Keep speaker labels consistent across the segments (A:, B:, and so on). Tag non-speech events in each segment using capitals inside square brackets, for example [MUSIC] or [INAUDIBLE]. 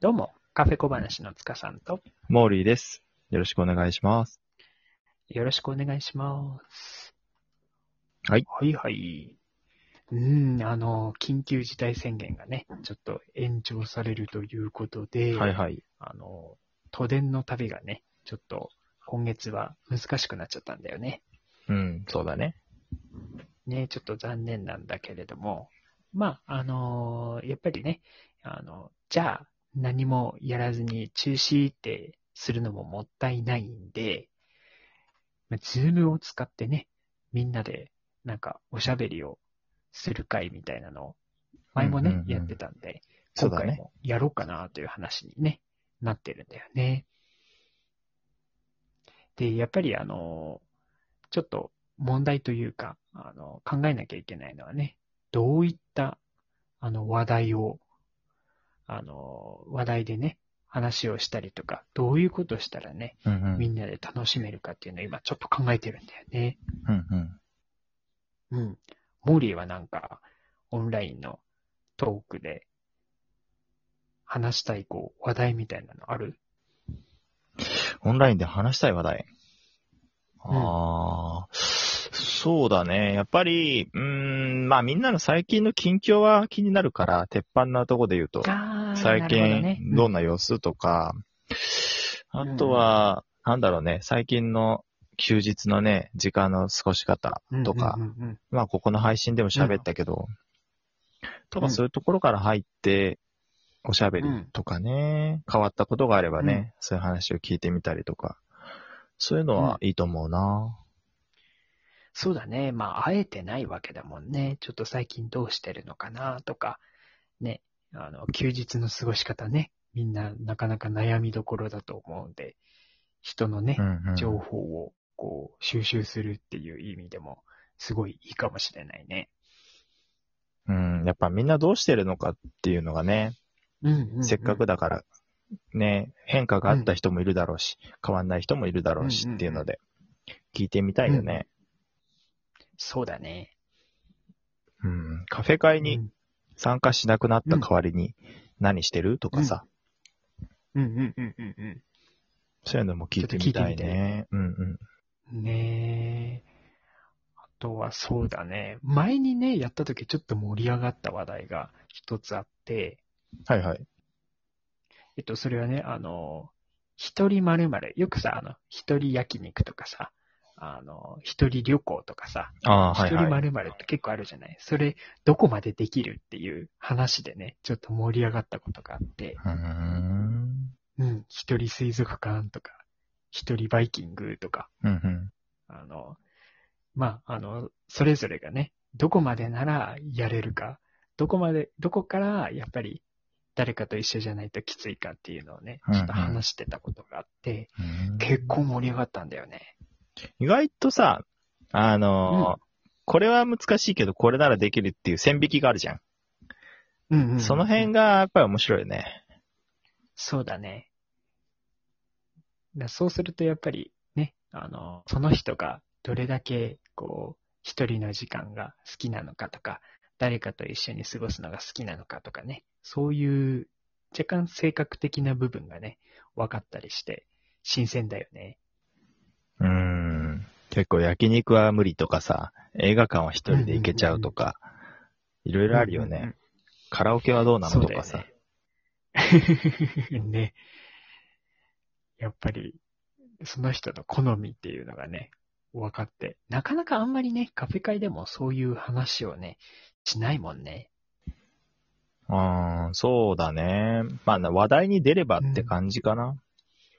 A: どうも、カフェ小話の塚さんと、
B: モーリーです。よろしくお願いします。
A: よろしくお願いします。
B: はい。
A: はいはい。うーん、あの、緊急事態宣言がね、ちょっと延長されるということで、
B: はいはい。
A: あの、都電の旅がね、ちょっと今月は難しくなっちゃったんだよね。
B: うん、そうだね。
A: ね、ちょっと残念なんだけれども、まあ、あのーやっぱりね、あの、じゃあ、何もやらずに中止ってするのももったいないんで、まあ、ズームを使ってね、みんなで、なんか、おしゃべりをする会みたいなのを、前もね、
B: うんうんうん
A: やってたんで、
B: そ
A: 今
B: う
A: 回
B: だね。
A: もやろうかなという話に、ね、なってるんだよね。で、やっぱりあの、ちょっと問題というか、あの考えなきゃいけないのはね、どういったあの話題を、あの、話題でね、話をしたりとか、どういうことしたらね、
B: うんう
A: み
B: ん。
A: んなで楽しめるかっていうのを今ちょっと考えてるんだよね。
B: うんうん。
A: うん。モーリーはなんか、オンラインのトークで、話したい、こう、話題みたいなのある
B: オンラインで話したい話題。ああ、そうだね。やっぱり、うーん、まあみんなの最近の近況は気になるから、鉄板なとこで言うと、
A: あー
B: 最
A: なるほどね
B: 近どんな様子とか、あとは、なんだろうね、最近の休日のね、時間の過ごし方
A: うん
B: とか
A: うん、うんうん
B: まあ、ここの配信でも喋ったけど、と
A: う
B: か
A: ん
B: そういうところから入って、おしゃべりとかね、変わったことがあればね、
A: うん
B: そういう話を聞いてみたりとか、そういうのはいいと思うな。
A: そうだね。まあ、会えてないわけだもんね。ちょっと最近どうしてるのかなとか、ね。あの、休日の過ごし方ね。みんな、なかなか悩みどころだと思うんで、人のね
B: う、んうん
A: 情報をこう収集するっていう意味でも、すごいいいかもしれないね。
B: うん、やっぱみんなどうしてるのかっていうのがね、
A: うんうんうん
B: せっかくだから、ね、変化があった人もいるだろうし、変わんない人もいるだろうしっていうので、聞いてみたいよね。
A: そうだね。
B: うん、カフェ会に参加しなくなった代わりに、何してるとかさ、
A: うんうんうんうんうん
B: そういうのも聞いてみたいね。うんうん。
A: うん。ねえ。あとはそうだね。前にね、やった時ちょっと盛り上がった話題が一つあって、
B: はいはい。
A: えっと、それはね、あの、一人まるまる、よくさ、あの、一人焼肉とかさ、あの、一人旅行とかさ、
B: ああ、
A: 一
B: はい
A: 人ま
B: はい。
A: るまるって結構あるじゃないそれ、どこまでできるっていう話でね、ちょっと盛り上がったことがあって、
B: うーん。
A: うん、一人水族館とか、一人バイキングとか、
B: うんうん。
A: あの、まあ、あの、それぞれがね、どこまでならやれるか、どこまで、どこからやっぱり誰かと一緒じゃないときついかっていうのをね、ちょっと話してたことがあって、
B: うん
A: 結構盛り上がったんだよね。
B: 意外とさ、あのーこれは難しいけど、これならできるっていう線引きがあるじゃん。
A: うんうん。
B: その辺がやっぱり面白いよね。
A: そうだね。だそうするとやっぱりね、あの、その人がどれだけこう、一人の時間が好きなのかとか、誰かと一緒に過ごすのが好きなのかとかね、そういう若干性格的な部分がね、分かったりして、新鮮だよね。
B: うーん。結構焼肉は無理とかさ、映画館は一人で行けちゃうとか、いろいろあるよ
A: うんうんう
B: ね
A: ん。。
B: カラオケはどうな
A: そ
B: の
A: う
B: と
A: だよ
B: か
A: ね
B: さ。
A: [LAUGHS] ね。やっぱり、その人の好みっていうのがね、分かって、なかなかあんまりね、カフェ会でもそういう話をね、しないもんね。
B: うーん、そうだね。まあ、話題に出ればって感じかな。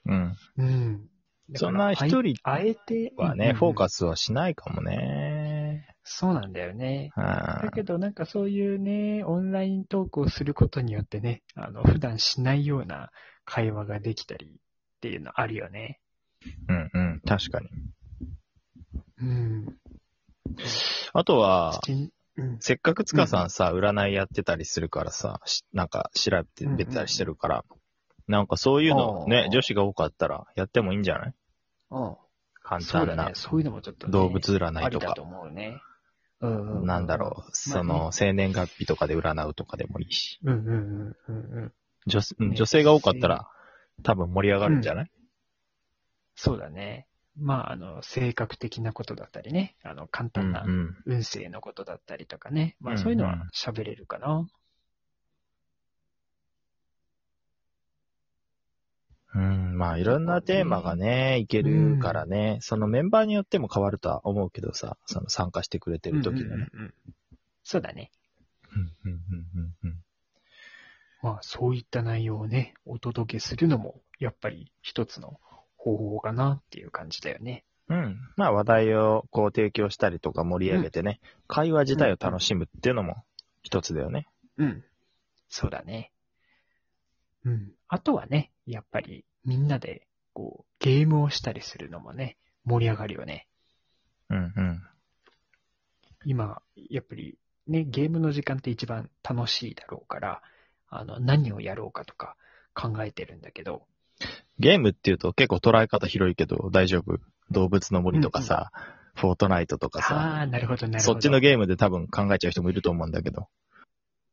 B: うん。
A: うん。だか
B: そん
A: ら
B: な一人
A: あえあえて
B: はね、フォー
A: ス。
B: カスはしないかもね。
A: そうなんだよね。
B: うん。
A: だけどなんかそういうね、オンライントークをすることによってね、あの、普段しないような会話ができたりっていうのあるよね。
B: うんうん、確かに。
A: うん。
B: あとは、
A: しうん。
B: せっかく塚さんさ、占いやってたりするからさ、しなんか調べてたりしてるから、なんかそういうの
A: あ
B: ね
A: ー、
B: 女子が多かったらやってもいいんじゃない
A: うん
B: 簡
A: そうだ
B: 単な
A: ね。そういうのもちょっとね、
B: 動物
A: あ
B: 占い
A: り
B: と
A: だ
B: か、
A: と思うね。うんうう
B: なんだろう、
A: まあ
B: そ
A: ね
B: の生年月日とかで占うとかでもいいし。
A: う。うんうんうんうんうん。
B: 女性うん
A: ね
B: 女性が多かったら、多分盛り上がるんじゃない、
A: そうだね。まあ、あの、性格的なことだったりね、あの、簡単な
B: うん
A: 運勢のことだったりとかね。まあ、
B: うんうん
A: そういうのは喋れるかな。
B: うん。うん、まあいろんなテーマがね、いけるからね、そのメンバーによっても変わるとは思うけどさ、その参加してくれてる時のね。
A: うんうんうんそうだね。
B: うんうんうんうんうん
A: まあ、そういった内容をね、お届けするのも、やっぱり一つの方法かなっていう感じだよね。
B: うん。まあ話題をこう提供したりとか盛り上げてね、会話自体を楽しむっていうのも一つだよね。
A: うん。そうだね。うん。あとはね、やっぱりみんなで、こう、ゲームをしたりするのもね、盛り上がるよね。
B: うんうん。
A: 今、やっぱりね、ゲームの時間って一番楽しいだろうから、あの、何をやろうかとか考えてるんだけど、
B: ゲームっていうと結構捉え方広いけど大丈夫。動物の森とかさ、フォートナイトとか
A: あ
B: さ、
A: あー、なるほど、なるほど。
B: そっちのゲームで多分考えちゃう人もいると思うんだけど。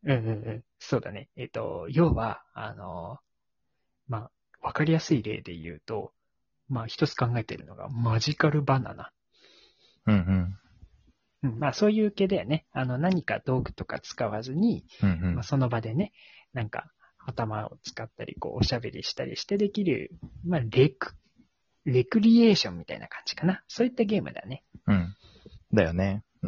A: うんうんうん。そうだね。えっ、と、要は、あの、まあ、わかりやすい例で言うと、まあ、一つ考えてるのが、マジカルバナナ。
B: うんうん。
A: うん、まあそういう系だよね。あの何か道具とか使わずに、
B: うん
A: まあ、その場でね、なんか頭を使ったり、こうおしゃべりしたりしてできる、まあレク、レクリエーションみたいな感じかな。そういったゲームだね。
B: うん。うん。だよね。う。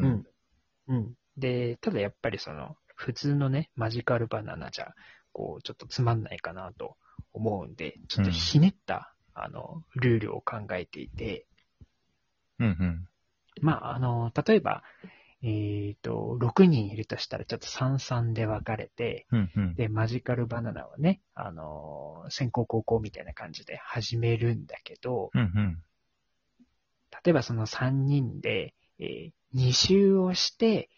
A: うん。で、ただやっぱりその、普通のね、マジカルバナナじゃ、こう、ちょっとつまんないかなと思うんで、ちょっとひねった、あの、ルールを考えていて、
B: うんうん。
A: まあ、あの、例えば、えっ、と、6人いるとしたら、ちょっと33で分かれて、
B: うんうん。
A: で、マジカルバナナをね、あの、先行後攻みたいな感じで始めるんだけど、
B: うんうん。
A: 例えばその3人で、え2周をして、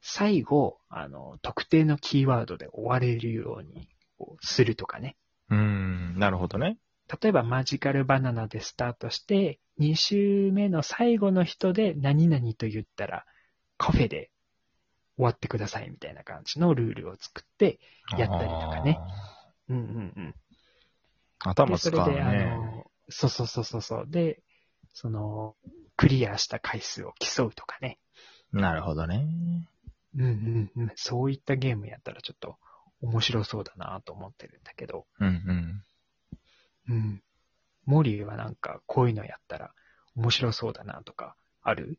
A: 最後、あの、特定のキーワードで終われるようにこうするとかね。
B: うん。なるほどね。
A: 例えばマジカルバナナでスタートして、2周目の最後の人で何々と言ったらカフェで終わってくださいみたいな感じのルールを作って、やったりとかねうんうんうん。
B: あー。頭
A: で、
B: 使
A: そう
B: ね。
A: れで、あの、そうそうそうそうそう。で、その、クリアした回数を競うとかね。
B: なるほどね。
A: うんうんうん。そういったゲームやったらちょっと面白そうだなと思ってるんだけど。
B: うんうん。
A: うん。モリーはなんかこういうのやったら面白そうだなとかある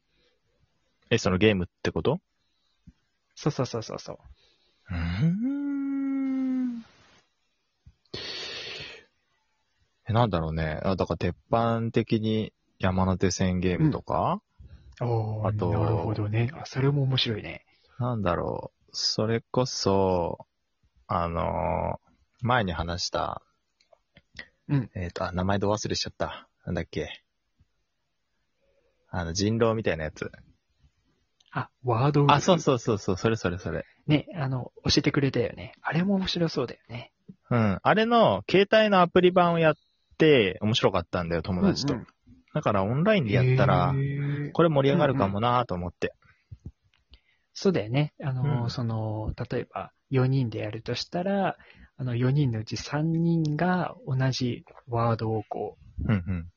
B: え、そのゲームってこと
A: そうそうそうそうそう。
B: うーん。え、なんだろうね。あ、だから鉄板的に山手線ゲームとか、
A: おー
B: あと
A: なるほどね。あ、それも面白いね。
B: なんだろう。それこそ、あのー前に話した、
A: うん
B: えっ、と、あ、名前ど忘れしちゃった。なんだっけ。あの、人狼みたいなやつ。
A: あ、ワードウルフ
B: あ、そうそうそうそう、それそれそれ。
A: ね、あの、教えてくれたよね。あれも面白そうだよね。
B: うん。あれの、携帯のアプリ版をやって、面白かったんだよ、友達と。
A: うんうん
B: だから、オンラインでやったら
A: へ、ー
B: これ盛り上がるかもなと思って。
A: そうだよね。あの、
B: うん
A: その、例えば、4人でやるとしたら、あの、4人のうち3人が同じワードをこう、
B: うんうん。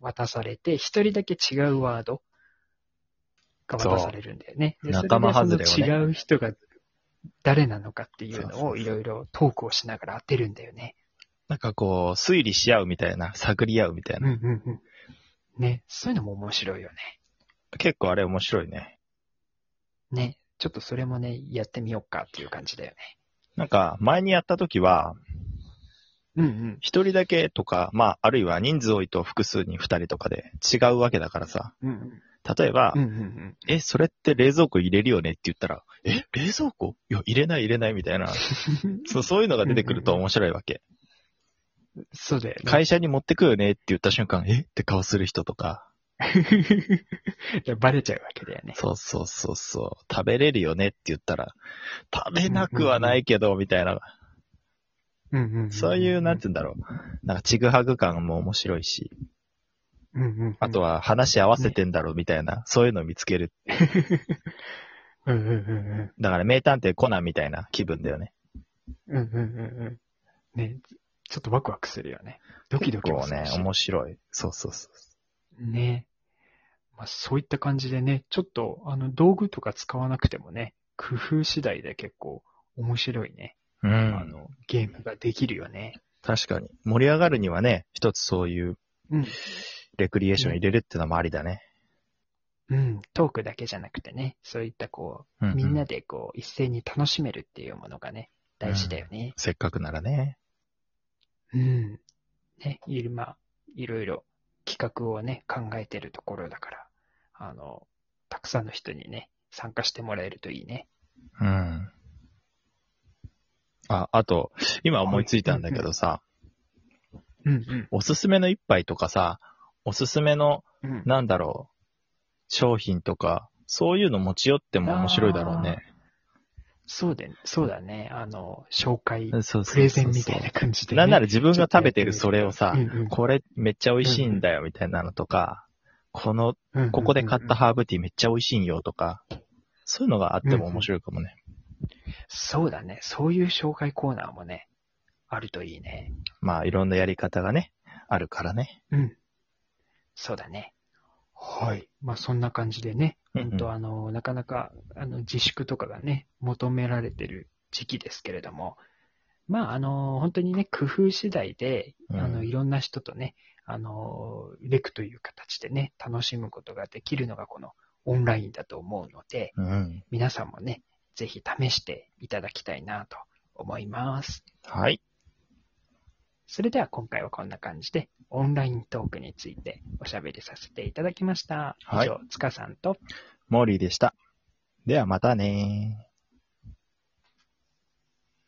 A: 渡されて、1人だけ違うワードが渡されるんだよね。
B: そう
A: でそれで
B: 仲間外れをね
A: その違う人が誰なのかっていう
B: そうそう
A: の
B: そう
A: をいろいろトークをしながら当てるんだよね。
B: なんかこう、推理し合うみたいな、探り合うみたい
A: うん
B: な。
A: うんうん。ね、そういうのも面白いよね。
B: 結構あれ面白いね。
A: ね、ちょっとそれもね、やってみようかっていう感じだよね。
B: なんか、前にやった時は、
A: うんうん。
B: 一人だけとか、まあ、あるいは人数多いと複数に二人とかで違うわけだからさ。
A: うんうん。
B: 例えば、
A: うんうん
B: え、それって冷蔵庫入れるよねって言ったら、え、冷蔵庫いや、入れない入れないみたいな。
A: うん。
B: そう、そういうのが出てくると面白いわけ。
A: [LAUGHS] そうだよね。
B: 会社に持ってくよねって言った瞬間、えって顔する人とか。
A: バレちゃうわけだよね。
B: そうそうそうそう。食べれるよねって言ったら、食べなくはないけど、みたいな。
A: うんうんんん
B: そういう、なんて言うんだろう。なんか、ちぐはぐ感も面白いし、
A: うんうんうん。
B: あとは話し合わせてんだろうみたいな、そういうのを見つける。
A: うんうんうんうん。
B: だから、名探偵コナンみたいな気分だよね。
A: うんうんうんうん。ね、ちょっとワクワクするよね。ドキドキも
B: 結
A: す
B: 構
A: る
B: ね、
A: し。
B: 面白い。そうそうそう。
A: ね。まあ、そういった感じでね、ちょっと、あの、道具とか使わなくてもね、工夫次第で結構面白いね、
B: う
A: あ
B: ん。
A: の、ゲームができるよね。
B: 確かに。盛り上がるにはね、一つそういう
A: うん。
B: レクリエーション入れるってのもありだね。
A: うん。トークだけじゃなくてね、そういったこ
B: う
A: う、みんな
B: で。
A: でこう、一斉に楽しめるっていうものがね、大事だよね。
B: せっかくならね。
A: うん。ね、いる、まあ、いろいろ企画をね、考えてるところだから、あの、たくさんの人にね、参加してもらえるといいね。
B: うん。あ、あと、今思いついたんだけどさ、
A: うん
B: おすすめの一杯とかさ、おすすめの、
A: うん。うん、
B: なんだろう、商品とか、そういうの持ち寄っても面白いだろうね。
A: そうで、そうだね。あの、紹介、
B: そうそうそうそう
A: プレゼンみたいな感じで、ね。
B: なんなら自分が食べてるそれをさ
A: う、んうん
B: これめっちゃ美味しいんだよみたいなのとか、この、ここで
A: う
B: 買った。
A: んうんうん
B: ハーブティーめっちゃ美味しいんよとか、そういうのがあっても面白いかもね。
A: そうだね。そういう紹介コーナーもね、あるといいね。
B: まあいろんなやり方がね、あるからね。
A: うん。そうだね。はい。まあそんな感じでね、
B: うんうん
A: 本当あの、なかなかあの自粛とかがね、求められてる時期ですけれども、まああの、本当にね、工夫次第で、
B: うん
A: あの、いろんな人とね、あの、レクという形でね、楽しむことができるのがこのオンラインだと思うので、
B: うん。
A: 皆さんもね、ぜひ試していただきたいなと思います。
B: はい。
A: それでは今回はこんな感じで、オンライントークについておしゃべりさせていただきました。
B: はい
A: 以上、塚さんと
B: モーリーでした。ではまたねー。